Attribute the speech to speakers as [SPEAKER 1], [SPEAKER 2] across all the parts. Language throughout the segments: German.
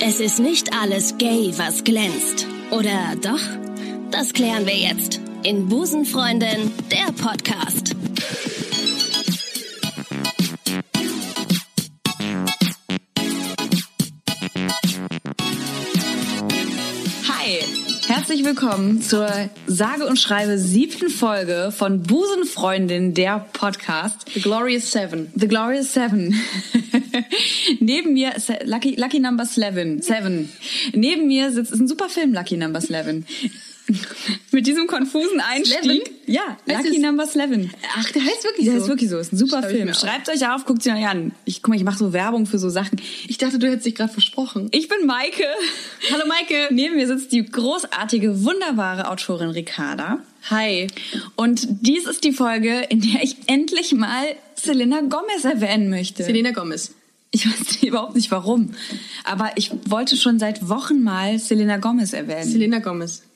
[SPEAKER 1] Es ist nicht alles gay, was glänzt. Oder doch? Das klären wir jetzt in Busenfreundin, der Podcast.
[SPEAKER 2] Hi, herzlich willkommen zur sage und schreibe siebten Folge von Busenfreundin, der Podcast.
[SPEAKER 3] The Glorious Seven.
[SPEAKER 2] The Glorious Seven. Neben mir, Se- Lucky, Lucky Number Seven. Seven. Neben mir sitzt, ist ein super Film, Lucky Number Seven. Mit diesem konfusen Einstieg.
[SPEAKER 3] Eleven?
[SPEAKER 2] Ja,
[SPEAKER 3] Heißt
[SPEAKER 2] Lucky
[SPEAKER 3] es-
[SPEAKER 2] Number Seven.
[SPEAKER 3] Ach, der heißt wirklich
[SPEAKER 2] Ja,
[SPEAKER 3] so.
[SPEAKER 2] ist wirklich so. Ist ein super
[SPEAKER 3] Schreib ich
[SPEAKER 2] Film.
[SPEAKER 3] mir auf.
[SPEAKER 2] Schreibt euch auf, guckt sie euch an. Ich guck mal, ich mache so Werbung für so Sachen.
[SPEAKER 3] Ich dachte, du hättest dich gerade versprochen.
[SPEAKER 2] Ich bin Maike.
[SPEAKER 3] Hallo, Maike.
[SPEAKER 2] Neben mir sitzt die großartige, wunderbare Autorin Ricarda.
[SPEAKER 3] Hi.
[SPEAKER 2] Und dies ist die Folge, in der ich endlich mal Selena Gomez erwähnen möchte.
[SPEAKER 3] Selena Gomez.
[SPEAKER 2] Ich weiß überhaupt nicht warum. Aber ich wollte schon seit Wochen mal Selena Gomez erwähnen.
[SPEAKER 3] Selena Gomez.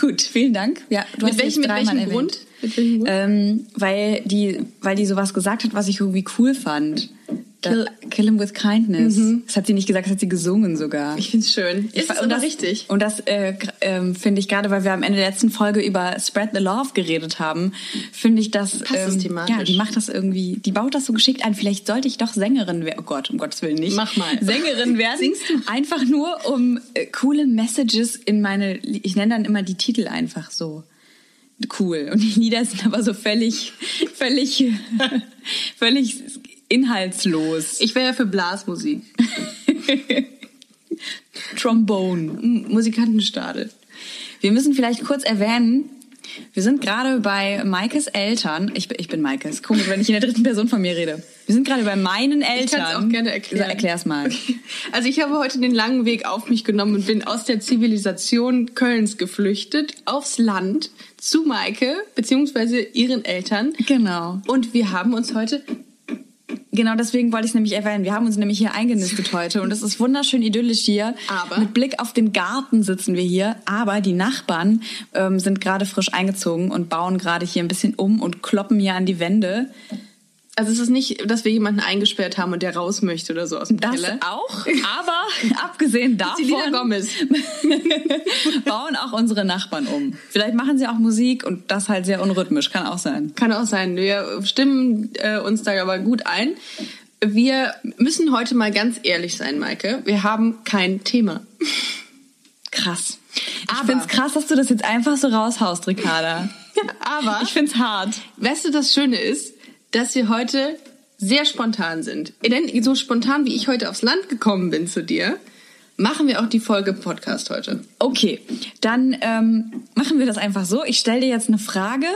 [SPEAKER 2] Gut, vielen Dank. Ja, du hast
[SPEAKER 3] Mit
[SPEAKER 2] sie
[SPEAKER 3] welchem-
[SPEAKER 2] jetzt
[SPEAKER 3] mit
[SPEAKER 2] dreimal
[SPEAKER 3] welchem
[SPEAKER 2] erwähnt.
[SPEAKER 3] Grund? Mit welchem Grund?
[SPEAKER 2] Ähm, weil die, weil die sowas gesagt hat, was ich irgendwie cool fand. Da-
[SPEAKER 3] Kill- Mhm.
[SPEAKER 2] Kill him with kindness. Das hat sie nicht gesagt, das hat sie gesungen sogar.
[SPEAKER 3] Ich find's schön. Ist
[SPEAKER 2] Und
[SPEAKER 3] es aber
[SPEAKER 2] das-
[SPEAKER 3] richtig?
[SPEAKER 2] Und das äh, gr- ähm, finde ich gerade, weil wir am Ende der letzten Folge über Spread the Love geredet haben, finde ich das. ähm,
[SPEAKER 3] Passt das thematisch?
[SPEAKER 2] Ja, die macht das irgendwie, die baut das so geschickt ein. Vielleicht sollte ich doch Sängerin werden. Oh Gott, um Gottes Willen nicht.
[SPEAKER 3] Mach mal.
[SPEAKER 2] Sängerin werden.
[SPEAKER 3] Singst
[SPEAKER 2] du? Einfach nur, um äh, coole Messages in meine. Li- Ich nenne dann immer die Titel einfach so. Cool. Und die Lieder sind aber so völlig, völlig, völlig inhaltslos.
[SPEAKER 3] Ich wäre ja für Blasmusik.
[SPEAKER 2] Trombone. Hm,
[SPEAKER 3] M Musikantenstadel.
[SPEAKER 2] Wir müssen vielleicht kurz erwähnen, wir sind gerade bei Maikes Eltern. Ich, bin- ich bin Maikes. Komisch, wenn ich in der dritten Person von mir rede. Wir sind gerade bei meinen Eltern.
[SPEAKER 3] Ich kann es auch gerne erklären.
[SPEAKER 2] So, erklär's mal.
[SPEAKER 3] Also ich habe heute den langen Weg auf mich genommen und bin aus der Zivilisation Kölns geflüchtet, aufs Land, zu Maike, beziehungsweise ihren Eltern.
[SPEAKER 2] Genau.
[SPEAKER 3] Und wir haben uns heute
[SPEAKER 2] Genau deswegen wollte ich es nämlich erwähnen. Wir haben uns nämlich hier eingenistet heute und es ist wunderschön idyllisch hier.
[SPEAKER 3] Aber?
[SPEAKER 2] Mit Blick auf den Garten sitzen wir hier. Aber die Nachbarn ähm, sind gerade frisch eingezogen und bauen gerade hier ein bisschen um und kloppen hier an die Wände.
[SPEAKER 3] Also es ist nicht, dass wir jemanden eingesperrt haben und der raus möchte oder so aus dem
[SPEAKER 2] Das
[SPEAKER 3] Keller.
[SPEAKER 2] auch, aber abgesehen davon
[SPEAKER 3] Selena Gomez.
[SPEAKER 2] bauen auch unsere Nachbarn um. Vielleicht machen sie auch Musik und das halt sehr unrhythmisch, kann auch sein.
[SPEAKER 3] Kann auch sein. Wir stimmen äh, uns da aber gut ein. Wir müssen heute mal ganz ehrlich sein, Maike. Wir haben kein Thema.
[SPEAKER 2] Krass. Ich
[SPEAKER 3] Aber-
[SPEAKER 2] find's krass, dass du das jetzt einfach so raushaust, Ricarda.
[SPEAKER 3] aber
[SPEAKER 2] Ich find's hart.
[SPEAKER 3] weißt du, das Schöne ist, dass wir heute sehr spontan sind. Denn so spontan, wie ich heute aufs Land gekommen bin zu dir, machen wir auch die Folge Podcast heute.
[SPEAKER 2] Okay, dann ähm, machen wir das einfach so. Ich stelle dir jetzt eine Frage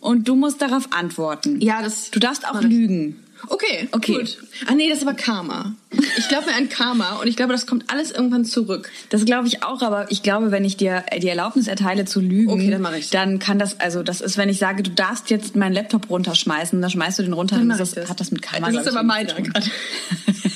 [SPEAKER 2] und du musst darauf antworten.
[SPEAKER 3] Mhm. Ja, das.
[SPEAKER 2] Du darfst auch lügen.
[SPEAKER 3] Okay,
[SPEAKER 2] Okay.
[SPEAKER 3] gut. Ah nee, das ist aber Karma. Ich glaube mir an Karma und ich glaube, das kommt alles irgendwann zurück.
[SPEAKER 2] Das glaube ich auch, aber ich glaube, wenn ich dir äh, die Erlaubnis erteile zu lügen,
[SPEAKER 3] Okay, dann mach ich's.
[SPEAKER 2] dann kann das, also das ist, wenn ich sage, du darfst jetzt meinen Laptop runterschmeißen, dann schmeißt du den runter,
[SPEAKER 3] Dann
[SPEAKER 2] dann,
[SPEAKER 3] mach
[SPEAKER 2] ist
[SPEAKER 3] ich
[SPEAKER 2] das,
[SPEAKER 3] das.
[SPEAKER 2] hat das mit Karma,
[SPEAKER 3] Das ist
[SPEAKER 2] glaub ich,
[SPEAKER 3] aber meiner
[SPEAKER 2] nichts zu tun.
[SPEAKER 3] gerade.
[SPEAKER 2] Du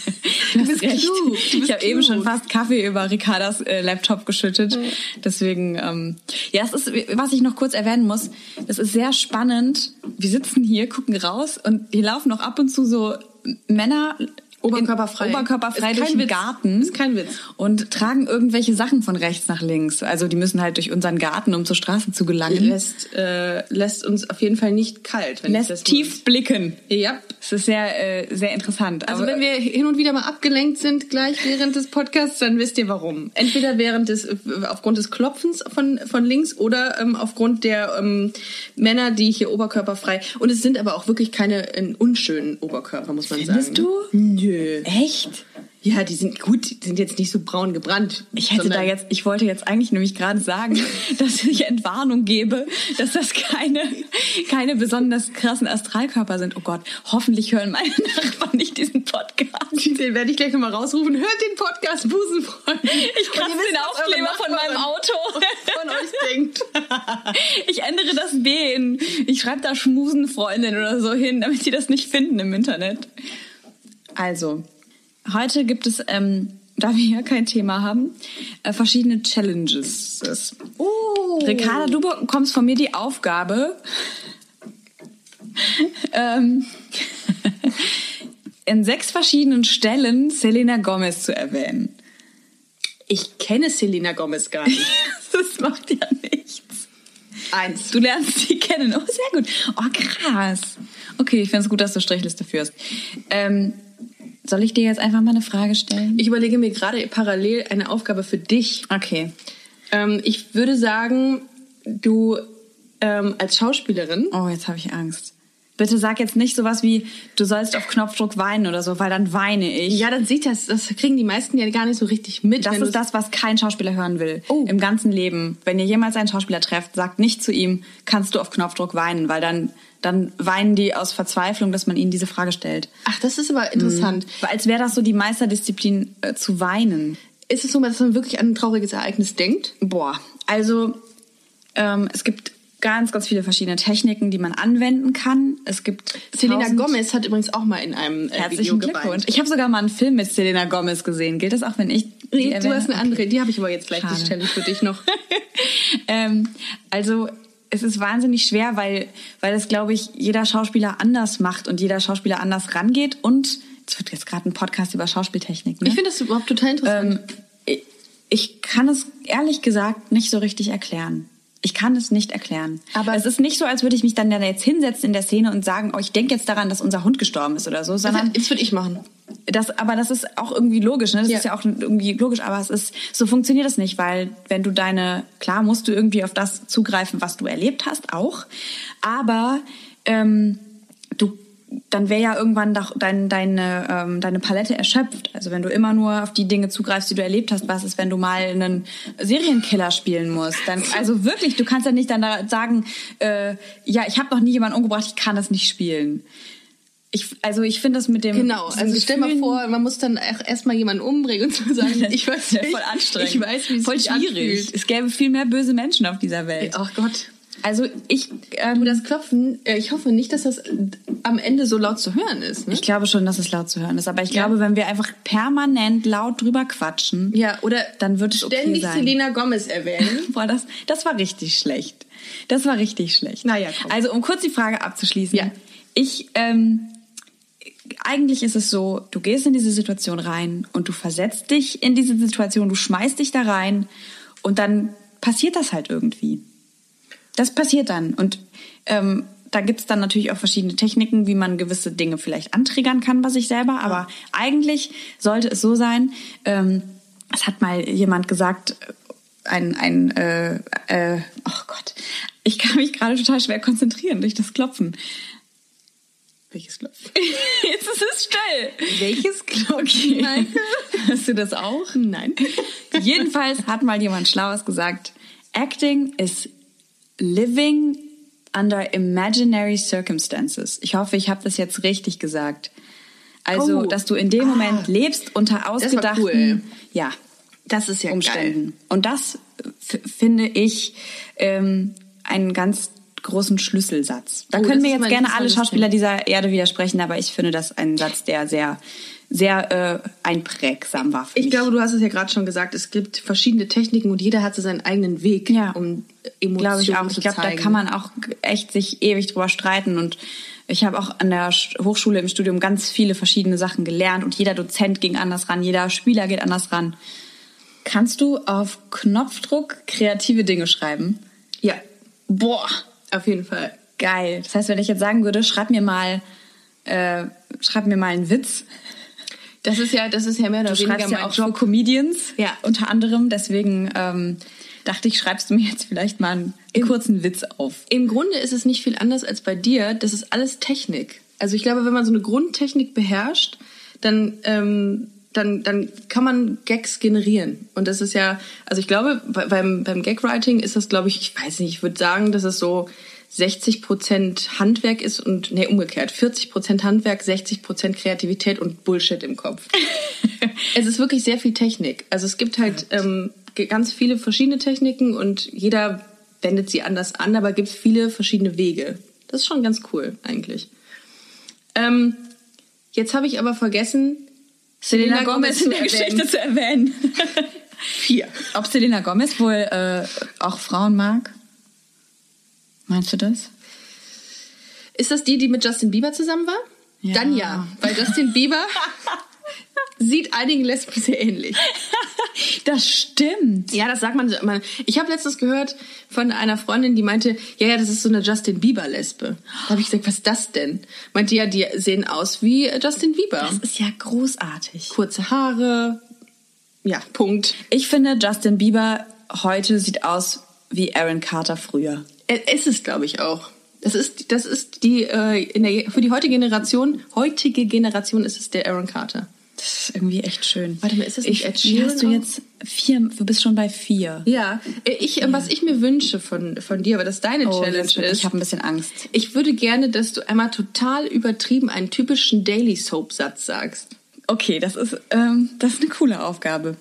[SPEAKER 3] Du
[SPEAKER 2] hast
[SPEAKER 3] bist
[SPEAKER 2] recht.
[SPEAKER 3] klug, du bist
[SPEAKER 2] ich habe eben schon
[SPEAKER 3] klug.
[SPEAKER 2] fast Kaffee über Ricardas äh, Laptop geschüttet. Deswegen, ähm, ja, es ist, was ich noch kurz erwähnen muss, das ist sehr spannend. Wir sitzen hier, gucken raus und hier laufen noch ab und zu so Männer
[SPEAKER 3] Oberkörperfrei.
[SPEAKER 2] in, oberkörperfrei
[SPEAKER 3] Ist kein
[SPEAKER 2] durch den
[SPEAKER 3] Witz.
[SPEAKER 2] Garten.
[SPEAKER 3] Ist kein Witz.
[SPEAKER 2] Und tragen irgendwelche Sachen von rechts nach links. Also die müssen halt durch unseren Garten, um zur Straße zu gelangen.
[SPEAKER 3] Lässt, äh, lässt uns auf jeden Fall nicht kalt. Wenn ich das
[SPEAKER 2] Lässt tief blicken.
[SPEAKER 3] Ja.
[SPEAKER 2] Es ist sehr, äh, sehr interessant.
[SPEAKER 3] Also
[SPEAKER 2] Aber-
[SPEAKER 3] wenn wir hin und wieder mal abgelenkt sind gleich während des Podcasts, dann wisst ihr warum. Entweder während des äh, aufgrund des Klopfens von von links oder ähm, aufgrund der ähm, Männer, die hier oberkörperfrei und es sind aber auch wirklich keine äh, unschönen Oberkörper, muss man
[SPEAKER 2] Findest
[SPEAKER 3] sagen.
[SPEAKER 2] du?
[SPEAKER 3] Nö.
[SPEAKER 2] Echt?
[SPEAKER 3] Ja, die sind gut, die sind jetzt nicht so braun gebrannt.
[SPEAKER 2] Ich hätte da
[SPEAKER 3] sondern-
[SPEAKER 2] jetzt, ich wollte jetzt eigentlich nämlich gerade sagen, dass ich Entwarnung gebe, dass das keine, keine besonders krassen Astralkörper sind. Oh Gott, hoffentlich hören meine Nachbarn nicht diesen Podcast.
[SPEAKER 3] den werde ich gleich nochmal rausrufen. Hört den Podcast Busenfreund.
[SPEAKER 2] Ich kratze den Aufkleber von meinem Auto.
[SPEAKER 3] Von euch denkt.
[SPEAKER 2] Ich ändere das B in, ich schreibe da Schmusenfreundin oder so hin, damit sie das nicht finden im Internet. Also, heute gibt es, ähm, da wir ja kein Thema haben, äh, verschiedene Challenges.
[SPEAKER 3] Oh.
[SPEAKER 2] Ricarda, du bekommst von mir die Aufgabe, ähm, in sechs verschiedenen Stellen Selena Gomez zu erwähnen.
[SPEAKER 3] ich kenne Selena Gomez gar nicht.
[SPEAKER 2] das macht ja nichts.
[SPEAKER 3] Eins.
[SPEAKER 2] Du lernst sie kennen. Oh, sehr gut. Oh, krass. Okay, ich finde es gut, dass du Strichliste führst. Ähm, soll ich dir jetzt einfach mal eine Frage stellen?
[SPEAKER 3] Ich überlege mir gerade parallel eine Aufgabe für dich.
[SPEAKER 2] Okay.
[SPEAKER 3] Ähm, ich würde sagen, du ähm, als Schauspielerin.
[SPEAKER 2] Oh, jetzt habe ich Angst. Bitte sag jetzt nicht sowas wie, du sollst auf Knopfdruck weinen oder so, weil dann weine ich.
[SPEAKER 3] Ja, dann sieht das, das kriegen die meisten ja gar nicht so richtig mit.
[SPEAKER 2] Das
[SPEAKER 3] wenn
[SPEAKER 2] ist
[SPEAKER 3] du-
[SPEAKER 2] das, was kein Schauspieler hören will.
[SPEAKER 3] Oh.
[SPEAKER 2] Im ganzen Leben. Wenn ihr jemals einen Schauspieler trefft, sagt nicht zu ihm, kannst du auf Knopfdruck weinen, weil dann, dann weinen die aus Verzweiflung, dass man ihnen diese Frage stellt.
[SPEAKER 3] Ach, das ist aber interessant.
[SPEAKER 2] Weil Als wäre das so die Meisterdisziplin äh, zu weinen.
[SPEAKER 3] Mhm. Ist es so, dass man wirklich an ein trauriges Ereignis denkt?
[SPEAKER 2] Boah, also ähm, es gibt ganz, ganz viele verschiedene Techniken, die man anwenden kann. Es gibt
[SPEAKER 3] Selena
[SPEAKER 2] tausend-
[SPEAKER 3] Gomez hat übrigens auch mal in einem äh, Video
[SPEAKER 2] Herzlichen Glückwunsch.
[SPEAKER 3] geweint.
[SPEAKER 2] Ich habe sogar mal einen Film mit Selena Gomez gesehen. Gilt das auch, wenn ich die
[SPEAKER 3] Nee, du
[SPEAKER 2] erwähne?
[SPEAKER 3] hast eine andere, die habe ich aber jetzt gleich,
[SPEAKER 2] Schade.
[SPEAKER 3] die stelle ich für dich noch.
[SPEAKER 2] ähm, also es ist wahnsinnig schwer, weil, weil das, glaube ich, jeder Schauspieler anders macht und jeder Schauspieler anders rangeht. Und es wird jetzt gerade ein Podcast über Schauspieltechnik. Ne?
[SPEAKER 3] Ich finde das überhaupt total interessant.
[SPEAKER 2] ähm, ich, ich kann es ehrlich gesagt nicht so richtig erklären. Ich kann es nicht erklären.
[SPEAKER 3] Aber-
[SPEAKER 2] es ist nicht so, als würde ich mich dann da jetzt hinsetzen in der Szene und sagen, oh, ich denke jetzt daran, dass unser Hund gestorben ist oder so, sondern
[SPEAKER 3] das würde ich machen.
[SPEAKER 2] das, aber das ist auch irgendwie logisch, ne? Das
[SPEAKER 3] Ja.
[SPEAKER 2] ist ja auch irgendwie logisch, aber es ist, so funktioniert das nicht, weil wenn du deine, klar musst du irgendwie auf das zugreifen, was du erlebt hast, auch, aber ähm, du, dann wäre ja irgendwann doch dein, deine, ähm, deine Palette erschöpft. Also wenn du immer nur auf die Dinge zugreifst, die du erlebt hast, was ist, wenn du mal einen Serienkiller spielen musst? Dann, also wirklich, du kannst ja nicht dann da sagen, äh, ja, ich habe noch nie jemanden umgebracht, ich kann das nicht spielen. Ich, also ich finde das mit dem
[SPEAKER 3] Genau,
[SPEAKER 2] diesen
[SPEAKER 3] also stell mal
[SPEAKER 2] Gefühlen-
[SPEAKER 3] vor, man muss dann auch erstmal jemanden umbringen und so sagen, ich weiß
[SPEAKER 2] Ja,
[SPEAKER 3] nicht,
[SPEAKER 2] voll anstrengend.
[SPEAKER 3] ich weiß, wie es
[SPEAKER 2] voll
[SPEAKER 3] sich
[SPEAKER 2] schwierig.
[SPEAKER 3] anfühlt.
[SPEAKER 2] Es gäbe viel mehr böse Menschen auf dieser Welt.
[SPEAKER 3] Ach Oh Gott.
[SPEAKER 2] Also ich, ähm,
[SPEAKER 3] Und das Klopfen, äh, ich hoffe nicht, dass das äh, am Ende so laut zu hören ist. Ne?
[SPEAKER 2] ich glaube schon, dass es laut zu hören ist, aber ich
[SPEAKER 3] Ja.
[SPEAKER 2] glaube, wenn wir einfach permanent laut drüber quatschen,
[SPEAKER 3] ja, oder
[SPEAKER 2] dann wird es okay
[SPEAKER 3] ständig
[SPEAKER 2] sein.
[SPEAKER 3] Selena Gomez erwähnen.
[SPEAKER 2] Boah, das, das war richtig schlecht. Das war richtig schlecht.
[SPEAKER 3] Naja, komm.
[SPEAKER 2] also um kurz die Frage abzuschließen.
[SPEAKER 3] Ja.
[SPEAKER 2] Ich, ähm, eigentlich ist es so, du gehst in diese Situation rein und du versetzt dich in diese Situation, du schmeißt dich da rein und dann passiert das halt irgendwie. Das passiert dann. Und ähm, da gibt's dann natürlich auch verschiedene Techniken, wie man gewisse Dinge vielleicht antriggern kann bei sich selber. Aber eigentlich sollte es so sein, ähm, es hat mal jemand gesagt, äh, ein, ein äh, äh, oh Gott, ich kann mich gerade total schwer konzentrieren durch das Klopfen.
[SPEAKER 3] Welches Klopfen?
[SPEAKER 2] Jetzt ist es still.
[SPEAKER 3] Welches
[SPEAKER 2] Glocki?
[SPEAKER 3] Nein.
[SPEAKER 2] Hast du das auch?
[SPEAKER 3] Nein.
[SPEAKER 2] Jedenfalls hat mal jemand Schlaues gesagt, Acting is living under imaginary circumstances. Ich hoffe, ich habe das jetzt richtig gesagt. Also,
[SPEAKER 3] Oh.
[SPEAKER 2] dass du in dem
[SPEAKER 3] Ah.
[SPEAKER 2] Moment lebst unter
[SPEAKER 3] war
[SPEAKER 2] ausgedachten
[SPEAKER 3] cool.
[SPEAKER 2] ja,
[SPEAKER 3] Das ist ja
[SPEAKER 2] Umständen. Und das f- finde ich ähm, einen ganz großen Schlüsselsatz. Da
[SPEAKER 3] Oh,
[SPEAKER 2] können
[SPEAKER 3] das
[SPEAKER 2] mir
[SPEAKER 3] ist
[SPEAKER 2] jetzt
[SPEAKER 3] mein
[SPEAKER 2] gerne
[SPEAKER 3] liebstes
[SPEAKER 2] alle
[SPEAKER 3] Mal, das
[SPEAKER 2] Schauspieler dieser Erde widersprechen, aber ich finde das einen Satz, der sehr, sehr äh, einprägsam war für
[SPEAKER 3] Ich
[SPEAKER 2] mich.
[SPEAKER 3] glaube, du hast es ja gerade schon gesagt, es gibt verschiedene Techniken und jeder hat so seinen eigenen Weg,
[SPEAKER 2] Ja.
[SPEAKER 3] um Emotionen
[SPEAKER 2] glaube ich auch.
[SPEAKER 3] zu
[SPEAKER 2] Ich glaube, da
[SPEAKER 3] zeigen.
[SPEAKER 2] kann man auch echt sich ewig drüber streiten. Und ich habe auch an der Sch- Hochschule im Studium ganz viele verschiedene Sachen gelernt und jeder Dozent ging anders ran, jeder Spieler geht anders ran. Kannst du auf Knopfdruck kreative Dinge schreiben?
[SPEAKER 3] Ja,
[SPEAKER 2] Boah,
[SPEAKER 3] auf jeden Fall.
[SPEAKER 2] geil. Das heißt, wenn ich jetzt sagen würde, schreib mir mal, äh, schreib mir mal einen Witz.
[SPEAKER 3] Das ist ja, das ist ja mehr oder
[SPEAKER 2] Du
[SPEAKER 3] weniger
[SPEAKER 2] schreibst ja
[SPEAKER 3] mein
[SPEAKER 2] auch
[SPEAKER 3] Job.
[SPEAKER 2] für Comedians,
[SPEAKER 3] Ja.
[SPEAKER 2] unter anderem. Deswegen ähm, dachte ich, schreibst du mir jetzt vielleicht mal einen kurzen Witz auf.
[SPEAKER 3] Im Grunde ist es nicht viel anders als bei dir. Das ist alles Technik. Also ich glaube, wenn man so eine Grundtechnik beherrscht, dann ähm, dann, dann kann man Gags generieren. Und das ist ja, also ich glaube, bei, beim, beim Gag-Writing ist das, glaube ich, ich weiß nicht, ich würde sagen, dass es so 60% Handwerk ist und, nee, umgekehrt, 40% Handwerk, 60% Kreativität und Bullshit im Kopf. Es ist wirklich sehr viel Technik. Also es gibt halt ähm, ge- ganz viele verschiedene Techniken und jeder wendet sie anders an, aber gibt viele verschiedene Wege. Das ist schon ganz cool eigentlich. Ähm, jetzt habe ich aber vergessen,
[SPEAKER 2] Selena Gomez in der Geschichte zu erwähnen.
[SPEAKER 3] Vier.
[SPEAKER 2] Ob Selena Gomez wohl äh, auch Frauen mag? Meinst du das?
[SPEAKER 3] Ist das die, die mit Justin Bieber zusammen war?
[SPEAKER 2] Ja.
[SPEAKER 3] Dann ja, weil Justin Bieber sieht einigen Lesben sehr ähnlich.
[SPEAKER 2] Das stimmt.
[SPEAKER 3] Ja, das sagt man so immer. Ich habe letztens gehört von einer Freundin, die meinte, ja, ja, das ist so eine Justin Bieber-Lesbe. Da habe ich gesagt, was ist das denn? Meinte, ja, die sehen aus wie äh, Justin Bieber.
[SPEAKER 2] Das ist ja großartig.
[SPEAKER 3] Kurze Haare. Ja, Punkt.
[SPEAKER 2] Ich finde, Justin Bieber heute sieht aus wie Aaron Carter früher.
[SPEAKER 3] Ä- Es Äh, ist, glaube ich, auch. Das ist, das ist die, äh, in der, für die heutige Generation, heutige Generation ist es der Aaron Carter.
[SPEAKER 2] Das ist irgendwie echt schön.
[SPEAKER 3] Warte mal, ist das nicht
[SPEAKER 2] ich,
[SPEAKER 3] Ed
[SPEAKER 2] wie hast du
[SPEAKER 3] Sheeran auch?
[SPEAKER 2] jetzt vier? Du bist schon bei vier.
[SPEAKER 3] Ja, äh, ich, äh, was ich mir wünsche von, von dir, weil das deine
[SPEAKER 2] Oh,
[SPEAKER 3] Challenge
[SPEAKER 2] jetzt-
[SPEAKER 3] ist.
[SPEAKER 2] ich habe ein bisschen Angst.
[SPEAKER 3] Ich würde gerne, dass du einmal total übertrieben einen typischen Daily Soap Satz sagst.
[SPEAKER 2] Okay, das ist, ähm, das ist eine coole Aufgabe.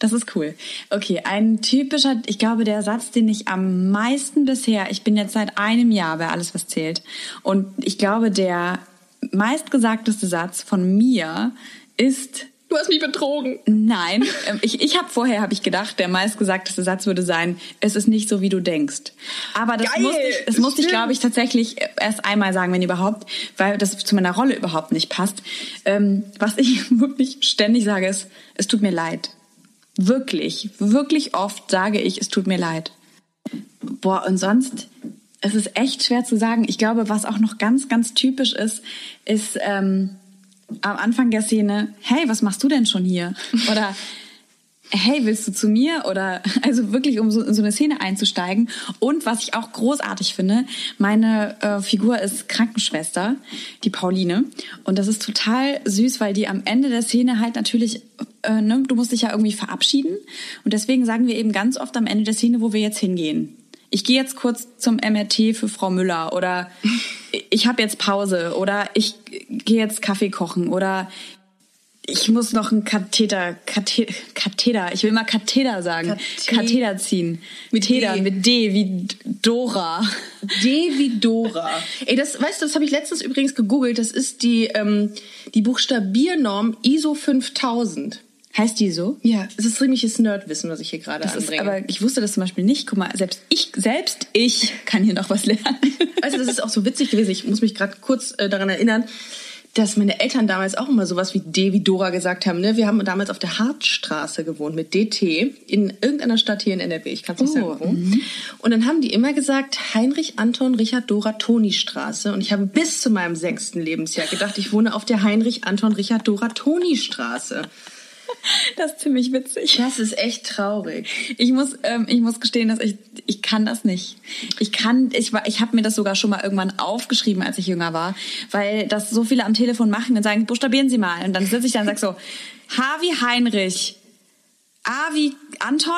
[SPEAKER 2] Das ist cool. Okay, ein typischer, ich glaube, der Satz, den ich am meisten bisher, ich bin jetzt seit einem Jahr bei alles, was zählt. Und ich glaube, der meistgesagteste Satz von mir ist,
[SPEAKER 3] Du hast mich betrogen.
[SPEAKER 2] nein, ähm, ich, ich habe vorher, habe ich gedacht, der meistgesagteste Satz würde sein, es ist nicht so, wie du denkst. Aber das
[SPEAKER 3] Geil,
[SPEAKER 2] musste ich, das musste ich
[SPEAKER 3] stimmt.
[SPEAKER 2] glaube ich, tatsächlich äh, erst einmal sagen, wenn überhaupt, weil das zu meiner Rolle überhaupt nicht passt. Ähm, was ich wirklich ständig sage, ist, es tut mir leid. Wirklich, wirklich oft sage ich, es tut mir leid. Boah, und sonst, es ist echt schwer zu sagen. Ich glaube, was auch noch ganz, ganz typisch ist, ist ähm, am Anfang der Szene, hey, was machst du denn schon hier? Oder hey, willst du zu mir? Oder also wirklich, um so in so eine Szene einzusteigen. Und was ich auch großartig finde, meine äh, Figur ist Krankenschwester, die Pauline. Und das ist total süß, weil die am Ende der Szene halt natürlich, äh, ne, du musst dich ja irgendwie verabschieden. Und deswegen sagen wir eben ganz oft am Ende der Szene, wo wir jetzt hingehen. Ich gehe jetzt kurz zum MRT für Frau Müller oder ich habe jetzt Pause oder ich gehe jetzt Kaffee kochen oder ich muss noch einen Katheter, Kathe, Katheter, ich will mal Katheter sagen,
[SPEAKER 3] Kathe-
[SPEAKER 2] Katheter ziehen. Mit Teder,
[SPEAKER 3] D.
[SPEAKER 2] mit D wie Dora.
[SPEAKER 3] Devidora. Ey, das, weißt du, das habe ich letztens übrigens gegoogelt. Das ist die, ähm, die Buchstabiernorm ISO 5000.
[SPEAKER 2] Heißt die so?
[SPEAKER 3] Ja, es ist ziemliches Nerdwissen, was ich hier gerade
[SPEAKER 2] Das ist,
[SPEAKER 3] anbringe.
[SPEAKER 2] aber ich wusste das zum Beispiel nicht. Guck mal, selbst ich, selbst ich kann hier noch was lernen.
[SPEAKER 3] Weißt du, das ist auch so witzig gewesen. Ich muss mich gerade kurz äh, daran erinnern, dass meine Eltern damals auch immer sowas wie D wie Dora gesagt haben. Ne? Wir haben damals auf der Hartstraße gewohnt mit DT in irgendeiner Stadt hier in NRW. Ich kann es nicht
[SPEAKER 2] Oh,
[SPEAKER 3] sagen. Wo. Und dann haben die immer gesagt Heinrich Anton Richard Dora Toni Straße. Und ich habe bis zu meinem sechsten Lebensjahr gedacht, ich wohne auf der Heinrich Anton Richard Dora Toni Straße.
[SPEAKER 2] Das ist ziemlich witzig.
[SPEAKER 3] Das ist echt traurig.
[SPEAKER 2] Ich muss, ähm, ich muss gestehen, dass ich, ich kann das nicht. Ich kann, ich war, ich habe mir das sogar schon mal irgendwann aufgeschrieben, als ich jünger war, weil das so viele am Telefon machen und sagen, buchstabieren Sie mal. Und dann sitze ich da und sag so, H wie Heinrich, A wie Anton,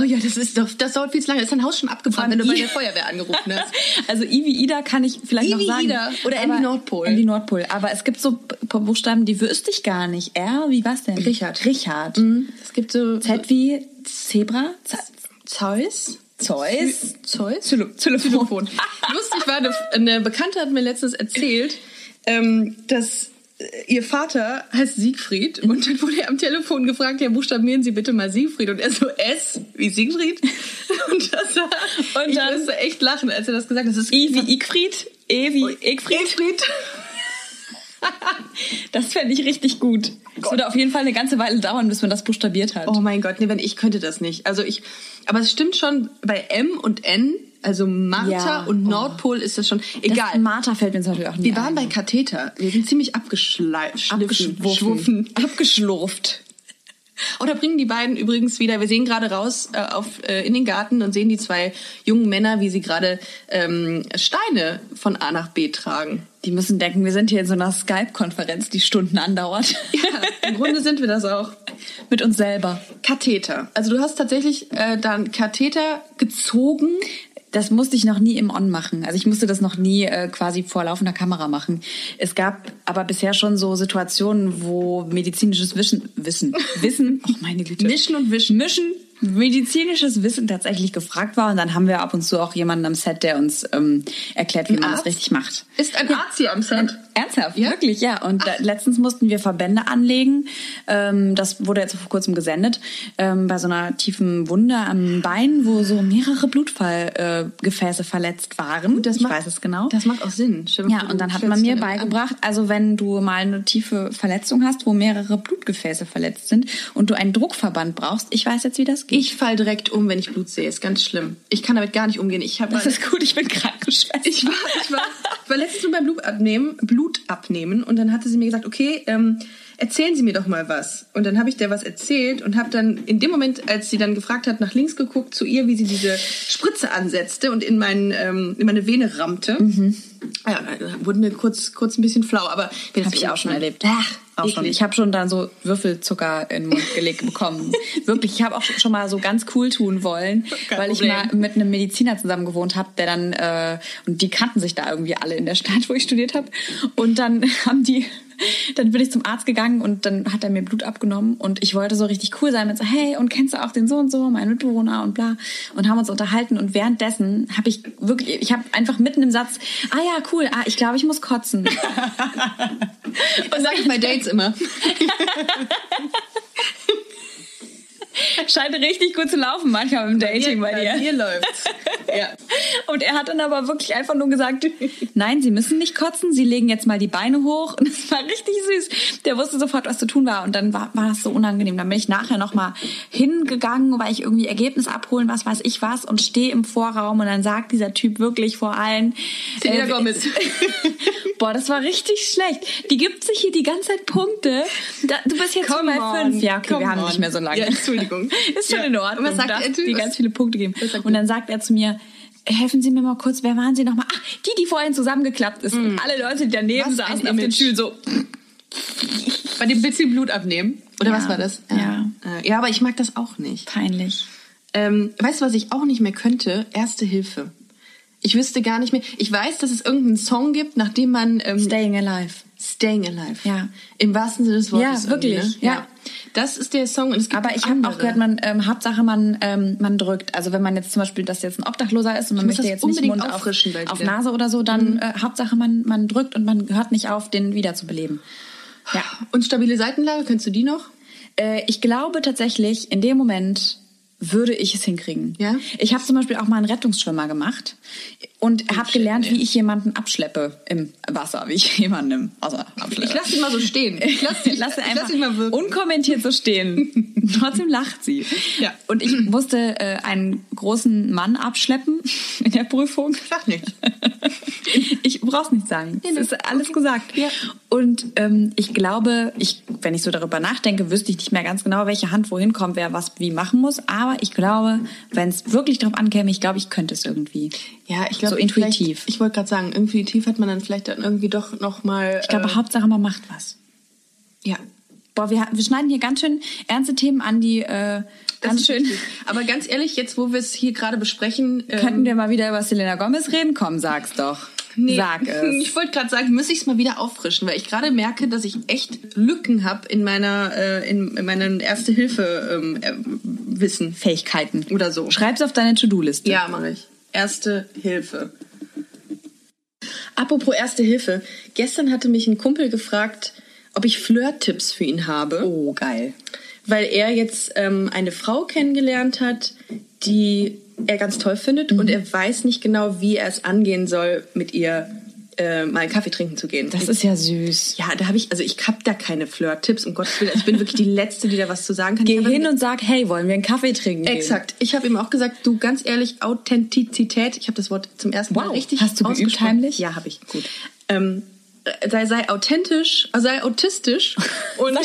[SPEAKER 3] Oh ja, das ist doch, das dauert viel zu lange. Ist dein Haus schon abgebrannt, wenn du bei der Feuerwehr angerufen hast?
[SPEAKER 2] also I wie Ida kann ich vielleicht
[SPEAKER 3] I
[SPEAKER 2] noch
[SPEAKER 3] wie
[SPEAKER 2] sagen.
[SPEAKER 3] Ida oder N wie
[SPEAKER 2] Aber-
[SPEAKER 3] Nordpol.
[SPEAKER 2] N wie Nordpol. Aber es gibt so B- Buchstaben, die wüsste ich gar nicht. R wie was denn?
[SPEAKER 3] Richard. Mhm.
[SPEAKER 2] Richard.
[SPEAKER 3] Es gibt so
[SPEAKER 2] Z wie Zebra. Z
[SPEAKER 3] Zeus.
[SPEAKER 2] Zeus.
[SPEAKER 3] Zeus?
[SPEAKER 2] Telefon.
[SPEAKER 3] Lustig war, eine, eine Bekannte hat mir letztens erzählt, ähm, dass äh, ihr Vater heißt Siegfried und dann wurde er am Telefon gefragt, ja, buchstabieren Sie bitte mal Siegfried und er so S wie Siegfried und das war,
[SPEAKER 2] Und
[SPEAKER 3] ich
[SPEAKER 2] dann-
[SPEAKER 3] musste echt lachen, als er das gesagt hat. Das ist
[SPEAKER 2] I wie Igfried, E wie Igfried.
[SPEAKER 3] Siegfried.
[SPEAKER 2] Das fände ich richtig gut. Es würde auf jeden Fall eine ganze Weile dauern, bis man das buchstabiert hat.
[SPEAKER 3] Oh mein Gott, nee, wenn ich könnte das nicht. Also ich, aber es stimmt schon bei M und N, also Martha
[SPEAKER 2] Ja,
[SPEAKER 3] und
[SPEAKER 2] oh.
[SPEAKER 3] Nordpol ist das schon
[SPEAKER 2] Egal.
[SPEAKER 3] egal.
[SPEAKER 2] Das Martha fällt mir zum Beispiel auch nicht
[SPEAKER 3] Wir waren bei Katheter. Wir sind ziemlich abgeschleift.
[SPEAKER 2] Abgeschwuffen. Abgeschlurft.
[SPEAKER 3] Oder bringen die beiden übrigens wieder. Wir sehen gerade raus äh, auf, äh, in den Garten und sehen die zwei jungen Männer, wie sie gerade ähm, Steine von A nach B tragen.
[SPEAKER 2] Die müssen denken, wir sind hier in so einer Skype-Konferenz, die Stunden andauert.
[SPEAKER 3] Ja, im Grunde sind wir das auch.
[SPEAKER 2] Mit uns selber.
[SPEAKER 3] Katheter. Also du hast tatsächlich äh, dann Katheter gezogen.
[SPEAKER 2] Das musste ich noch nie im On machen. Also ich musste das noch nie äh, quasi vor laufender Kamera machen. Es gab aber bisher schon so Situationen, wo medizinisches Wissen, Wissen, Wissen, oh meine Güte.
[SPEAKER 3] Mischen und wischen.
[SPEAKER 2] Mischen, medizinisches Wissen tatsächlich gefragt war. Und dann haben wir ab und zu auch jemanden am Set, der uns ähm, erklärt, wie man das
[SPEAKER 3] Arzt?
[SPEAKER 2] richtig macht.
[SPEAKER 3] Ist ein Arzt hier am Set?
[SPEAKER 2] Ernsthaft, wirklich, ja. Und da, letztens mussten wir Verbände anlegen. Ähm, das wurde jetzt vor kurzem gesendet. Ähm, bei so einer tiefen Wunde am Bein, wo so mehrere Blutfallgefäße äh, Gefäße verletzt waren.
[SPEAKER 3] das
[SPEAKER 2] ich
[SPEAKER 3] macht-
[SPEAKER 2] weiß es genau.
[SPEAKER 3] Das macht auch Sinn. Stimmt.
[SPEAKER 2] Ja, und dann hat man mir beigebracht, also wenn du mal eine tiefe Verletzung hast, wo mehrere Blutgefäße verletzt sind und du einen Druckverband brauchst, ich weiß jetzt, wie das geht.
[SPEAKER 3] Ich fall direkt um, wenn ich Blut sehe. Ist ganz schlimm. Ich kann damit gar nicht umgehen. Ich halt habe
[SPEAKER 2] das ist gut, ich bin Krankenschwester.
[SPEAKER 3] Ich war, ich war, ich war letztens nur beim Blut abnehmen, Blut abnehmen und dann hatte sie mir gesagt, okay, ähm, erzählen Sie mir doch mal was. Und dann habe ich der was erzählt und habe dann in dem Moment, als sie dann gefragt hat, nach links geguckt zu ihr, wie sie diese Spritze ansetzte und in, meinen, ähm, in meine Vene rammte.
[SPEAKER 2] Mhm.
[SPEAKER 3] Ah Ja, da wurden mir kurz, kurz ein bisschen flau, aber um
[SPEAKER 2] Habe ich auch schon erlebt.
[SPEAKER 3] Ach,
[SPEAKER 2] auch schon. Ich habe schon dann so Würfelzucker in den Mund gelegt bekommen. Wirklich, ich habe auch schon mal so ganz cool tun wollen,
[SPEAKER 3] Kein
[SPEAKER 2] weil
[SPEAKER 3] Problem.
[SPEAKER 2] ich mal mit einem Mediziner zusammen gewohnt habe, der dann, äh, und die kannten sich da irgendwie alle in der Stadt, wo ich studiert habe. Und dann haben die, dann bin ich zum Arzt gegangen und dann hat er mir Blut abgenommen und ich wollte so richtig cool sein und so, hey, und kennst du auch den so und so, meinen Mitbewohner und bla. Und haben uns unterhalten und währenddessen habe ich wirklich, ich habe einfach mitten im Satz, ah ja, cool, ah, ich glaube, ich muss kotzen.
[SPEAKER 3] Und sage ich bei Dates immer.
[SPEAKER 2] Scheint richtig gut zu laufen manchmal im Dating bei dir.
[SPEAKER 3] Hier läuft's. Ja.
[SPEAKER 2] Und er hat dann aber wirklich einfach nur gesagt, nein, Sie müssen nicht kotzen, Sie legen jetzt mal die Beine hoch. Und es war richtig süß. Der wusste sofort, was zu tun war. Und dann war, war das so unangenehm. Dann bin ich nachher nochmal hingegangen, weil ich irgendwie Ergebnis abholen, was weiß ich was, und stehe im Vorraum. Und dann sagt dieser Typ wirklich vor allen, äh,
[SPEAKER 3] Selena Gomez.
[SPEAKER 2] boah, das war richtig schlecht. Die gibt sich hier die ganze Zeit Punkte. Da, du bist jetzt
[SPEAKER 3] Come
[SPEAKER 2] schon bei
[SPEAKER 3] on,
[SPEAKER 2] fünf. Ja, okay,
[SPEAKER 3] come
[SPEAKER 2] wir haben
[SPEAKER 3] on.
[SPEAKER 2] nicht mehr so lange.
[SPEAKER 3] Ja, Entschuldigung.
[SPEAKER 2] Ist schon
[SPEAKER 3] Ja.
[SPEAKER 2] in Ordnung.
[SPEAKER 3] Und was sagt
[SPEAKER 2] Darf
[SPEAKER 3] der Typ?
[SPEAKER 2] Die ganz viele Punkte geben.
[SPEAKER 3] sagt
[SPEAKER 2] Und dann sagt er zu mir, helfen Sie mir mal kurz, wer waren Sie nochmal? Ach, die, die vorhin zusammengeklappt ist. Und alle Leute, die daneben
[SPEAKER 3] Mhm. Was ein
[SPEAKER 2] saßen auf den
[SPEAKER 3] Image.
[SPEAKER 2] Stühlen so.
[SPEAKER 3] Bei dem bisschen Blut abnehmen. Oder
[SPEAKER 2] Ja.
[SPEAKER 3] was war das?
[SPEAKER 2] Ja.
[SPEAKER 3] Äh, Ja, aber ich mag das auch nicht.
[SPEAKER 2] Peinlich.
[SPEAKER 3] Ähm, weißt du, was ich auch nicht mehr könnte? Erste Hilfe. Ich wüsste gar nicht mehr. Ich weiß, dass es irgendeinen Song gibt, nach dem man ähm,
[SPEAKER 2] Staying alive.
[SPEAKER 3] Staying Alive.
[SPEAKER 2] Ja.
[SPEAKER 3] Im wahrsten Sinne des Wortes.
[SPEAKER 2] Ja, wirklich,
[SPEAKER 3] irgendwie, ne?
[SPEAKER 2] ja.
[SPEAKER 3] Das ist der Song. Und es gibt
[SPEAKER 2] Aber ich habe
[SPEAKER 3] andere.
[SPEAKER 2] auch gehört, man ähm, Hauptsache man ähm, man drückt. Also wenn man jetzt zum Beispiel, dass jetzt ein Obdachloser ist und man
[SPEAKER 3] muss
[SPEAKER 2] möchte
[SPEAKER 3] das
[SPEAKER 2] jetzt nicht
[SPEAKER 3] unbedingt
[SPEAKER 2] Mund auf,
[SPEAKER 3] auffrischen bei dir.
[SPEAKER 2] auf Nase oder so, dann
[SPEAKER 3] Mhm.
[SPEAKER 2] äh, Hauptsache man man drückt und man hört nicht auf, den wiederzubeleben. Ja.
[SPEAKER 3] Und stabile Seitenlage, kennst du die noch?
[SPEAKER 2] Äh, ich glaube tatsächlich, in dem Moment würde ich es hinkriegen.
[SPEAKER 3] Ja?
[SPEAKER 2] Ich habe zum Beispiel auch mal einen Rettungsschwimmer gemacht
[SPEAKER 3] Oh,
[SPEAKER 2] und habe gelernt, wie ich jemanden abschleppe im Wasser, wie ich jemanden also abschleppe.
[SPEAKER 3] Ich lasse die mal so stehen. Ich lasse
[SPEAKER 2] Ich lasse
[SPEAKER 3] ich
[SPEAKER 2] einfach
[SPEAKER 3] lass die mal wirken.
[SPEAKER 2] unkommentiert so stehen. Trotzdem lacht sie.
[SPEAKER 3] Ja.
[SPEAKER 2] Und ich musste äh, einen großen Mann abschleppen in der Prüfung.
[SPEAKER 3] Sag nichts.
[SPEAKER 2] Ich brauch's nicht sagen. Es
[SPEAKER 3] nee.
[SPEAKER 2] ist alles gesagt.
[SPEAKER 3] Ja.
[SPEAKER 2] Und ähm, ich glaube, ich, wenn ich so darüber nachdenke, wüsste ich nicht mehr ganz genau, welche Hand wohin kommt, wer was wie machen muss. Aber ich glaube, wenn es wirklich drauf ankäme, ich glaube, ich könnte es irgendwie.
[SPEAKER 3] Ja, ich glaube
[SPEAKER 2] So intuitiv.
[SPEAKER 3] vielleicht- Ich wollte gerade sagen, intuitiv hat man dann vielleicht dann irgendwie doch noch mal.
[SPEAKER 2] Ich glaube, Hauptsache man macht was.
[SPEAKER 3] äh, ja.
[SPEAKER 2] Boah, wir, wir schneiden hier ganz schön ernste Themen an, die äh,
[SPEAKER 3] Das
[SPEAKER 2] ganz
[SPEAKER 3] ist
[SPEAKER 2] schön.
[SPEAKER 3] richtig. Aber ganz ehrlich, jetzt wo wir es hier gerade besprechen, ähm,
[SPEAKER 2] Könnten wir mal wieder über Selena Gomez reden? Komm, sag's doch.
[SPEAKER 3] nee.
[SPEAKER 2] Sag es.
[SPEAKER 3] Ich wollte gerade sagen, muss ich es mal wieder auffrischen, weil ich gerade merke, dass ich echt Lücken habe in meiner äh, in, in meinem Erste Hilfe ähm, äh, Wissen
[SPEAKER 2] Fähigkeiten.
[SPEAKER 3] oder so.
[SPEAKER 2] Schreib's auf deine To-Do-Liste.
[SPEAKER 3] Ja, mache ich. Erste Hilfe. Apropos Erste Hilfe, gestern hatte mich ein Kumpel gefragt, ob ich Flirt-Tipps für ihn habe.
[SPEAKER 2] Oh, geil.
[SPEAKER 3] weil er jetzt ähm, eine Frau kennengelernt hat, die er ganz toll findet
[SPEAKER 2] Mhm.
[SPEAKER 3] und er weiß nicht genau, wie er es angehen soll, mit ihr äh, mal einen Kaffee trinken zu gehen.
[SPEAKER 2] Das ist ja süß.
[SPEAKER 3] ja, da habe ich, also ich habe da keine Flirt-Tipps, um Gottes Willen. Also Ich bin wirklich die Letzte, die da was zu sagen kann.
[SPEAKER 2] Geh
[SPEAKER 3] ich hab
[SPEAKER 2] hin
[SPEAKER 3] ihm-
[SPEAKER 2] und sag, hey, wollen wir einen Kaffee trinken? gehen?
[SPEAKER 3] Exakt. Ich habe ihm auch gesagt, du ganz ehrlich, Authentizität, ich habe das Wort zum ersten Mal
[SPEAKER 2] Wow.
[SPEAKER 3] richtig
[SPEAKER 2] Hast du geübt
[SPEAKER 3] ausgesprochen.
[SPEAKER 2] heimlich?
[SPEAKER 3] Ja, habe ich. Gut. Ähm, äh, sei, sei authentisch, äh, sei autistisch und,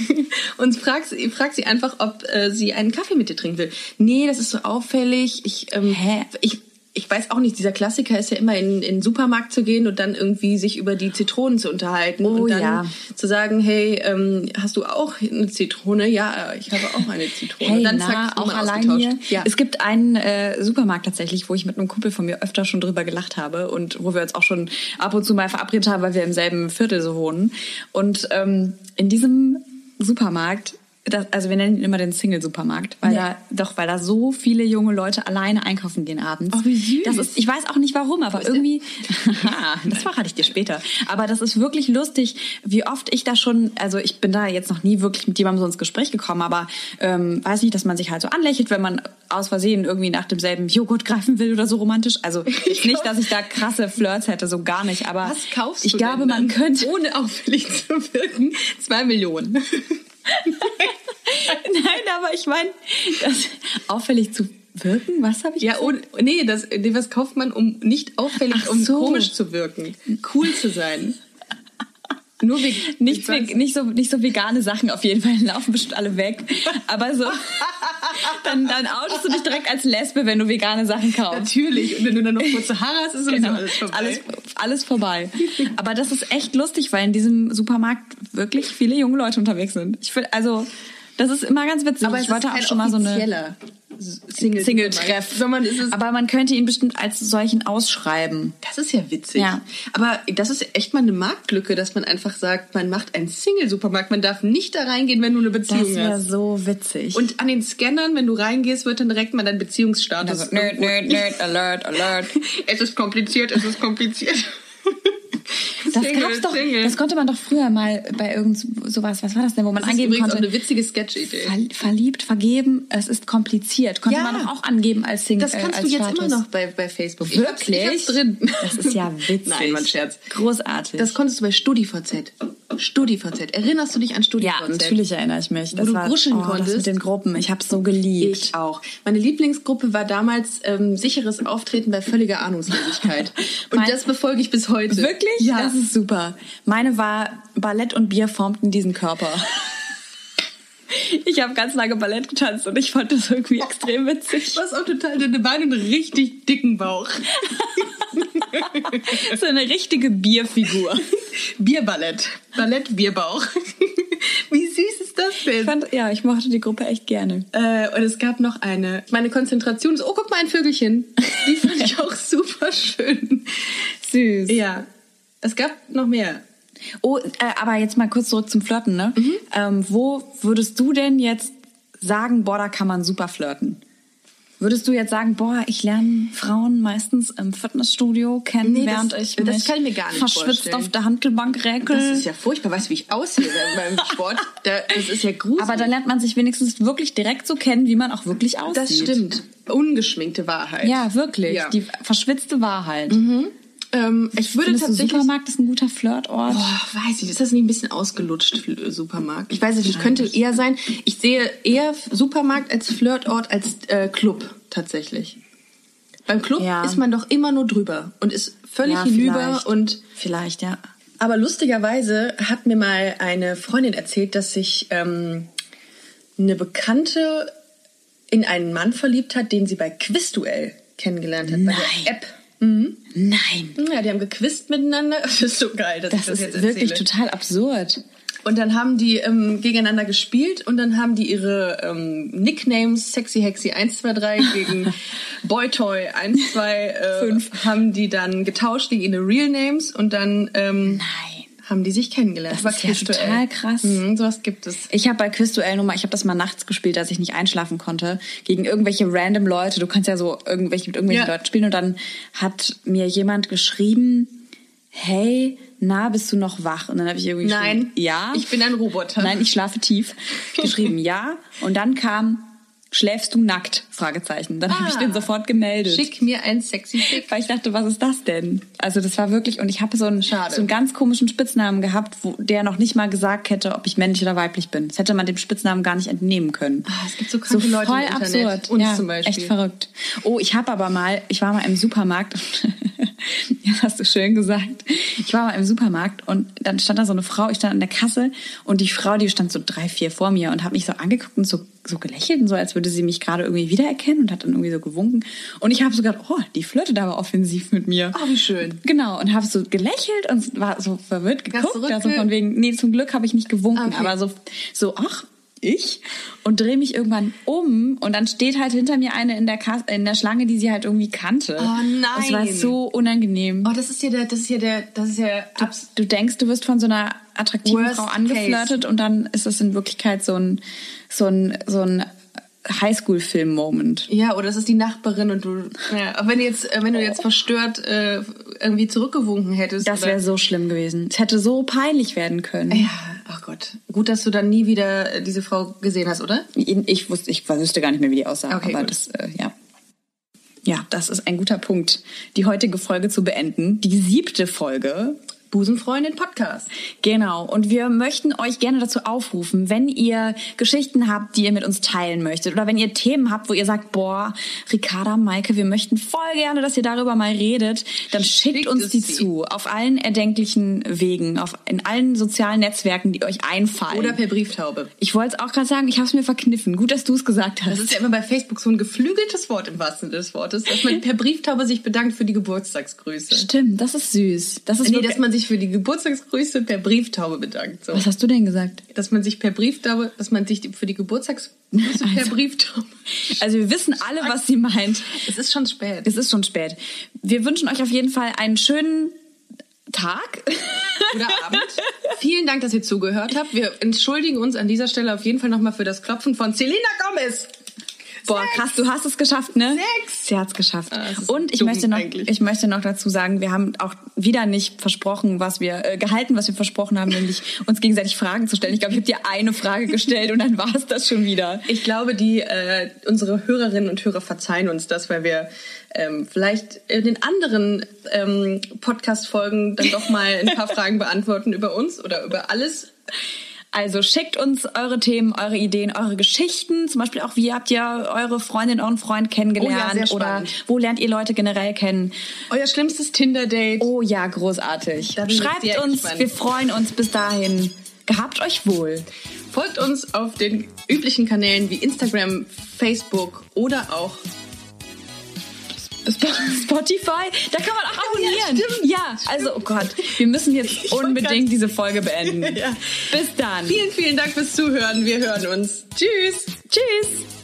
[SPEAKER 3] und frag, sie- frag sie einfach, ob äh, sie einen Kaffee mit dir trinken will. Nee, das ist so auffällig. Ich, ähm,
[SPEAKER 2] Hä?
[SPEAKER 3] ich, ich weiß auch nicht, dieser Klassiker ist ja immer in, in den Supermarkt zu gehen und dann irgendwie sich über die Zitronen zu unterhalten
[SPEAKER 2] Oh,
[SPEAKER 3] und dann
[SPEAKER 2] ja.
[SPEAKER 3] zu sagen, hey, ähm, hast du auch eine Zitrone? Ja, äh, ich habe auch eine Zitrone.
[SPEAKER 2] Hey,
[SPEAKER 3] und dann
[SPEAKER 2] na,
[SPEAKER 3] zack,
[SPEAKER 2] auch
[SPEAKER 3] Nummern
[SPEAKER 2] allein
[SPEAKER 3] ausgetauscht.
[SPEAKER 2] hier.
[SPEAKER 3] Ja.
[SPEAKER 2] Es gibt einen äh, Supermarkt tatsächlich, wo ich mit einem Kumpel von mir öfter schon drüber gelacht habe und wo wir uns auch schon ab und zu mal verabredet haben, weil wir im selben Viertel so wohnen. Und ähm, in diesem Supermarkt das, also wir nennen ihn immer den Single-Supermarkt, weil
[SPEAKER 3] Ja.
[SPEAKER 2] da doch, weil da so viele junge Leute alleine einkaufen gehen abends.
[SPEAKER 3] Oh, wie süß.
[SPEAKER 2] Das ist, ich weiß auch nicht warum, aber irgendwie, Ah, das verrate ich dir später. Aber das ist wirklich lustig, wie oft ich da schon, also ich bin da jetzt noch nie wirklich mit jemandem so ins Gespräch gekommen, aber ähm, weiß nicht, dass man sich halt so anlächelt, wenn man aus Versehen irgendwie nach demselben Joghurt greifen will oder so romantisch. Also nicht, dass ich da krasse Flirts hätte, so gar nicht. Aber
[SPEAKER 3] Was kaufst du
[SPEAKER 2] ich glaube,
[SPEAKER 3] denn
[SPEAKER 2] man
[SPEAKER 3] dann,
[SPEAKER 2] könnte
[SPEAKER 3] ohne auffällig zu wirken, zwei Millionen.
[SPEAKER 2] Nein, aber ich meine, das auffällig zu wirken, was habe ich?
[SPEAKER 3] Ja, ohne, nee, das, nee, was kauft man, um nicht auffällig,
[SPEAKER 2] Ach
[SPEAKER 3] um
[SPEAKER 2] so.
[SPEAKER 3] komisch zu wirken, cool zu sein? Nur wegen
[SPEAKER 2] Nicht,
[SPEAKER 3] ich weiß-
[SPEAKER 2] we- nicht, so, nicht so vegane Sachen auf jeden Fall, laufen bestimmt alle weg. Aber so, dann, dann outest du dich direkt als Lesbe, wenn du vegane Sachen kaufst.
[SPEAKER 3] Natürlich. Und wenn du dann noch kurze Haare hast, ist sowieso
[SPEAKER 2] Genau.
[SPEAKER 3] alles vorbei.
[SPEAKER 2] Alles, alles vorbei. Aber das ist echt lustig, weil in diesem Supermarkt wirklich viele junge Leute unterwegs sind. Ich finde, also, das ist immer ganz witzig. ich
[SPEAKER 3] es
[SPEAKER 2] wollte
[SPEAKER 3] ist
[SPEAKER 2] auch
[SPEAKER 3] kein
[SPEAKER 2] schon mal so eine.
[SPEAKER 3] offizieller Single-
[SPEAKER 2] Single-Treff.
[SPEAKER 3] Sondern es ist-
[SPEAKER 2] Aber man könnte ihn bestimmt als solchen ausschreiben.
[SPEAKER 3] Das ist ja witzig.
[SPEAKER 2] Ja.
[SPEAKER 3] Aber das ist echt mal eine Marktlücke, dass man einfach sagt, man macht einen Single-Supermarkt. Man darf nicht da reingehen, wenn du eine
[SPEAKER 2] Das
[SPEAKER 3] Beziehung
[SPEAKER 2] wäre
[SPEAKER 3] hast.
[SPEAKER 2] so witzig.
[SPEAKER 3] Und an den Scannern, wenn du reingehst, wird dann direkt mal dein Beziehungsstatus.
[SPEAKER 2] Also, nerd, nerd, nerd, alert, alert.
[SPEAKER 3] Es ist kompliziert, es ist kompliziert.
[SPEAKER 2] Das
[SPEAKER 3] Single,
[SPEAKER 2] gab's doch,
[SPEAKER 3] Single.
[SPEAKER 2] das konnte man doch früher mal bei irgend sowas, was war das denn, wo man
[SPEAKER 3] das ist
[SPEAKER 2] angeben
[SPEAKER 3] übrigens auch
[SPEAKER 2] konnte,
[SPEAKER 3] eine witzige Sketch-Idee.
[SPEAKER 2] ver, verliebt, vergeben, es ist kompliziert. Konnte
[SPEAKER 3] Ja.
[SPEAKER 2] man doch auch angeben als Single,
[SPEAKER 3] Das kannst
[SPEAKER 2] äh,
[SPEAKER 3] du
[SPEAKER 2] als
[SPEAKER 3] jetzt
[SPEAKER 2] Status.
[SPEAKER 3] immer noch bei, bei Facebook. Ich hab's-
[SPEAKER 2] Wirklich?
[SPEAKER 3] Ich hab's drin.
[SPEAKER 2] Das ist ja witzig.
[SPEAKER 3] Nein, mein Scherz.
[SPEAKER 2] Großartig.
[SPEAKER 3] Das konntest du bei StudiVZ. StudiVZ. Erinnerst du dich an StudiVZ?
[SPEAKER 2] ja, natürlich erinnere ich mich. Das
[SPEAKER 3] du
[SPEAKER 2] war
[SPEAKER 3] gruscheln
[SPEAKER 2] oh, das mit
[SPEAKER 3] konntest.
[SPEAKER 2] den Gruppen. Ich habe so geliebt.
[SPEAKER 3] Ich auch. Meine Lieblingsgruppe war damals ähm, sicheres Auftreten bei völliger Ahnungslosigkeit. Und
[SPEAKER 2] Mein-
[SPEAKER 3] das befolge ich bis heute.
[SPEAKER 2] Wirklich?
[SPEAKER 3] Ja.
[SPEAKER 2] Das ist super. Meine war Ballett und Bier formten diesen Körper. Ich habe ganz lange Ballett getanzt und ich fand das irgendwie extrem witzig.
[SPEAKER 3] Du hast auch total dünne Beine und einen richtig dicken Bauch.
[SPEAKER 2] So eine richtige Bierfigur.
[SPEAKER 3] Bierballett. Ballett, Bierbauch. Wie süß ist das
[SPEAKER 2] Ich
[SPEAKER 3] denn?
[SPEAKER 2] fand, ja, ich mochte die Gruppe echt gerne.
[SPEAKER 3] Äh, und es gab noch eine. Meine Konzentration ist, oh, guck mal, ein Vögelchen. Die fand ich auch super schön.
[SPEAKER 2] Süß.
[SPEAKER 3] Ja. Es gab noch mehr.
[SPEAKER 2] Oh, äh, aber jetzt mal kurz zurück zum Flirten, ne?
[SPEAKER 3] Mhm.
[SPEAKER 2] Ähm, wo würdest du denn jetzt sagen, boah, da kann man super flirten? Würdest du jetzt sagen, boah, ich lerne Frauen meistens im Fitnessstudio kennen,
[SPEAKER 3] Nee, das-
[SPEAKER 2] während ich
[SPEAKER 3] das
[SPEAKER 2] mich
[SPEAKER 3] kann ich mir gar nicht
[SPEAKER 2] verschwitzt
[SPEAKER 3] vorstellen.
[SPEAKER 2] auf der Handelbank räkel?
[SPEAKER 3] Das ist ja furchtbar. Weißt du, wie ich aussehe beim Sport? Da, das ist ja gruselig.
[SPEAKER 2] aber dann lernt man sich wenigstens wirklich direkt so kennen, wie man auch wirklich aussieht.
[SPEAKER 3] das stimmt. Ungeschminkte Wahrheit.
[SPEAKER 2] Ja, wirklich.
[SPEAKER 3] Ja.
[SPEAKER 2] Die verschwitzte Wahrheit.
[SPEAKER 3] Ähm, ich würde
[SPEAKER 2] Findest du,
[SPEAKER 3] tatsächlich.
[SPEAKER 2] Supermarkt ist ein guter Flirtort.
[SPEAKER 3] Boah, weiß ich, ist das nicht ein bisschen ausgelutscht, Fl- Supermarkt? Ich weiß es nicht, könnte eher sein. Ich sehe eher Supermarkt als Flirtort als äh, Club tatsächlich. Beim Club
[SPEAKER 2] Ja.
[SPEAKER 3] ist man doch immer nur drüber und ist völlig hinüber
[SPEAKER 2] vielleicht.
[SPEAKER 3] und
[SPEAKER 2] vielleicht, ja.
[SPEAKER 3] Aber lustigerweise hat mir mal eine Freundin erzählt, dass sich ähm, eine Bekannte in einen Mann verliebt hat, den sie bei Quizduell kennengelernt hat, bei
[SPEAKER 2] Nein.
[SPEAKER 3] der App. Hm,
[SPEAKER 2] Nein.
[SPEAKER 3] Ja, die haben gequizt miteinander. Das ist so geil, dass ich
[SPEAKER 2] Das,
[SPEAKER 3] das jetzt
[SPEAKER 2] ist wirklich
[SPEAKER 3] erzähle.
[SPEAKER 2] total absurd.
[SPEAKER 3] Und dann haben die ähm, gegeneinander gespielt und dann haben die ihre ähm, Nicknames Sexy Hexy 123 gegen Boytoy 125 äh, haben die dann getauscht gegen ihre Real Names und dann ähm,
[SPEAKER 2] Nein.
[SPEAKER 3] haben die sich kennengelernt.
[SPEAKER 2] Das
[SPEAKER 3] War
[SPEAKER 2] ist ja
[SPEAKER 3] Quizduell.
[SPEAKER 2] total krass.
[SPEAKER 3] Mhm, sowas gibt es.
[SPEAKER 2] Ich habe bei Quizduell nur mal, ich habe das mal nachts gespielt, als ich nicht einschlafen konnte, gegen irgendwelche random Leute. Du kannst ja so irgendwelche mit irgendwelchen
[SPEAKER 3] Ja.
[SPEAKER 2] Leuten spielen und dann hat mir jemand geschrieben, hey, na, bist du noch wach? Und dann habe ich irgendwie
[SPEAKER 3] Nein.
[SPEAKER 2] geschrieben, ja.
[SPEAKER 3] Ich bin ein Roboter.
[SPEAKER 2] Nein, ich schlafe tief. Geschrieben, ja. Und dann kam, schläfst du nackt? Fragezeichen. Dann habe ich
[SPEAKER 3] Ah.
[SPEAKER 2] den sofort gemeldet.
[SPEAKER 3] Schick mir ein sexy Fick.
[SPEAKER 2] Weil ich dachte, was ist das denn? Also das war wirklich, und ich habe so einen, so
[SPEAKER 3] Schade.
[SPEAKER 2] einen ganz komischen Spitznamen gehabt, wo der noch nicht mal gesagt hätte, ob ich männlich oder weiblich bin. Das hätte man dem Spitznamen gar nicht entnehmen können.
[SPEAKER 3] Ah, es gibt so kranke Leute
[SPEAKER 2] voll
[SPEAKER 3] im
[SPEAKER 2] absurd.
[SPEAKER 3] Internet. Uns
[SPEAKER 2] ja,
[SPEAKER 3] zum Beispiel.
[SPEAKER 2] Echt verrückt. Oh, ich habe aber mal, ich war mal im Supermarkt. Ja, das hast du schön gesagt. Ich war mal im Supermarkt und dann stand da so eine Frau, ich stand an der Kasse und die Frau, die stand so drei, vier vor mir und hat mich so angeguckt und so, so gelächelt und so, als würde sie mich gerade irgendwie wiedererkennen und hat dann irgendwie so gewunken. Und ich habe so gedacht, oh, die flirtet aber offensiv mit mir.
[SPEAKER 3] Oh, wie schön.
[SPEAKER 2] Genau, und habe so gelächelt und war so verwirrt
[SPEAKER 3] Hast
[SPEAKER 2] geguckt.
[SPEAKER 3] du
[SPEAKER 2] Da so von wegen, nee, zum Glück habe ich nicht gewunken,
[SPEAKER 3] Okay.
[SPEAKER 2] aber so, so, ach, ich und drehe mich irgendwann um und dann steht halt hinter mir eine in der, Kas in der Schlange, die sie halt irgendwie kannte.
[SPEAKER 3] Oh nein.
[SPEAKER 2] Das war so unangenehm.
[SPEAKER 3] Oh, das ist hier der, das ist hier der, das ist hier
[SPEAKER 2] Du, du denkst, du wirst von so einer attraktiven
[SPEAKER 3] Worst
[SPEAKER 2] Frau angeflirtet und dann ist das in Wirklichkeit so ein, so ein, so ein Highschool-Film-Moment.
[SPEAKER 3] Ja, oder es ist die Nachbarin und du. Ja, aber wenn du jetzt, äh, wenn du jetzt verstört äh, irgendwie zurückgewunken hättest.
[SPEAKER 2] Das
[SPEAKER 3] oder-
[SPEAKER 2] wäre so schlimm gewesen. Es hätte so peinlich werden können.
[SPEAKER 3] Ja, ach Gott. Gut, dass du dann nie wieder äh, diese Frau gesehen hast, oder?
[SPEAKER 2] Ich, wusste, ich wüsste gar nicht mehr, wie die aussah.
[SPEAKER 3] Okay,
[SPEAKER 2] aber
[SPEAKER 3] gut.
[SPEAKER 2] das, äh, ja. Ja, das ist ein guter Punkt, die heutige Folge zu beenden. Die siebte Folge.
[SPEAKER 3] Busenfreundin Podcast.
[SPEAKER 2] Genau. Und wir möchten euch gerne dazu aufrufen, wenn ihr Geschichten habt, die ihr mit uns teilen möchtet oder wenn ihr Themen habt, wo ihr sagt, boah, Ricarda, Maike, wir möchten voll gerne, dass ihr darüber mal redet, dann schickt,
[SPEAKER 3] Schickt
[SPEAKER 2] uns
[SPEAKER 3] es
[SPEAKER 2] die
[SPEAKER 3] sie.
[SPEAKER 2] zu. Auf allen erdenklichen Wegen, auf, in allen sozialen Netzwerken, die euch einfallen.
[SPEAKER 3] Oder per Brieftaube.
[SPEAKER 2] ich wollte es auch gerade sagen, ich habe es mir verkniffen. Gut, dass du es gesagt hast.
[SPEAKER 3] Das ist ja immer bei Facebook so ein geflügeltes Wort im wahrsten Sinne des Wortes, dass man per Brieftaube sich bedankt für die Geburtstagsgrüße.
[SPEAKER 2] Stimmt, das ist süß. Das ist
[SPEAKER 3] Nee,
[SPEAKER 2] wirklich-
[SPEAKER 3] dass man sich für die Geburtstagsgrüße per Brieftaube bedankt. So.
[SPEAKER 2] Was hast du denn gesagt?
[SPEAKER 3] Dass man sich per Brieftaube, dass man sich die- für die Geburtstagsgrüße per
[SPEAKER 2] Also-
[SPEAKER 3] Brieftaube.
[SPEAKER 2] Also wir wissen alle, was sie meint.
[SPEAKER 3] Es ist schon spät.
[SPEAKER 2] Es ist schon spät. Wir wünschen euch auf jeden Fall einen schönen Tag.
[SPEAKER 3] Guten Abend. Vielen Dank, dass ihr zugehört habt. Wir entschuldigen uns an dieser Stelle auf jeden Fall nochmal für das Klopfen von Selena Gomez.
[SPEAKER 2] Boah, krass, du hast es geschafft, ne?
[SPEAKER 3] Sechs.
[SPEAKER 2] Sie hat's geschafft.
[SPEAKER 3] Ah, das ist
[SPEAKER 2] Und ich
[SPEAKER 3] dumm
[SPEAKER 2] möchte, noch,
[SPEAKER 3] eigentlich.
[SPEAKER 2] ich möchte noch dazu sagen, wir haben auch wieder nicht versprochen, was wir äh, gehalten, was wir versprochen haben, nämlich uns gegenseitig Fragen zu stellen. Ich glaube, ich habe dir eine Frage gestellt und dann war es das schon wieder.
[SPEAKER 3] Ich glaube, die äh, unsere Hörerinnen und Hörer verzeihen uns das, weil wir ähm, vielleicht in den anderen ähm, Podcast-Folgen dann doch mal ein paar Fragen beantworten über uns oder über alles.
[SPEAKER 2] Also schickt uns eure Themen, eure Ideen, eure Geschichten. Zum Beispiel auch, wie habt ihr eure Freundin, euren Freund kennengelernt?
[SPEAKER 3] Oh ja, sehr
[SPEAKER 2] oder
[SPEAKER 3] spannend.
[SPEAKER 2] wo lernt ihr Leute generell kennen?
[SPEAKER 3] Euer schlimmstes Tinder-Date.
[SPEAKER 2] Oh ja, großartig.
[SPEAKER 3] Da bin ich
[SPEAKER 2] Schreibt
[SPEAKER 3] sehr
[SPEAKER 2] uns,
[SPEAKER 3] gespannt.
[SPEAKER 2] wir freuen uns bis dahin. Gehabt euch wohl.
[SPEAKER 3] Folgt uns auf den üblichen Kanälen wie Instagram, Facebook oder auch
[SPEAKER 2] Sp- Spotify, da kann man auch abonnieren.
[SPEAKER 3] Ja, stimmt.
[SPEAKER 2] also oh Gott, wir müssen jetzt
[SPEAKER 3] wollte
[SPEAKER 2] unbedingt
[SPEAKER 3] grad-
[SPEAKER 2] diese Folge beenden.
[SPEAKER 3] Ja.
[SPEAKER 2] Bis dann.
[SPEAKER 3] Vielen, vielen Dank fürs Zuhören. Wir hören uns. Tschüss.
[SPEAKER 2] Tschüss.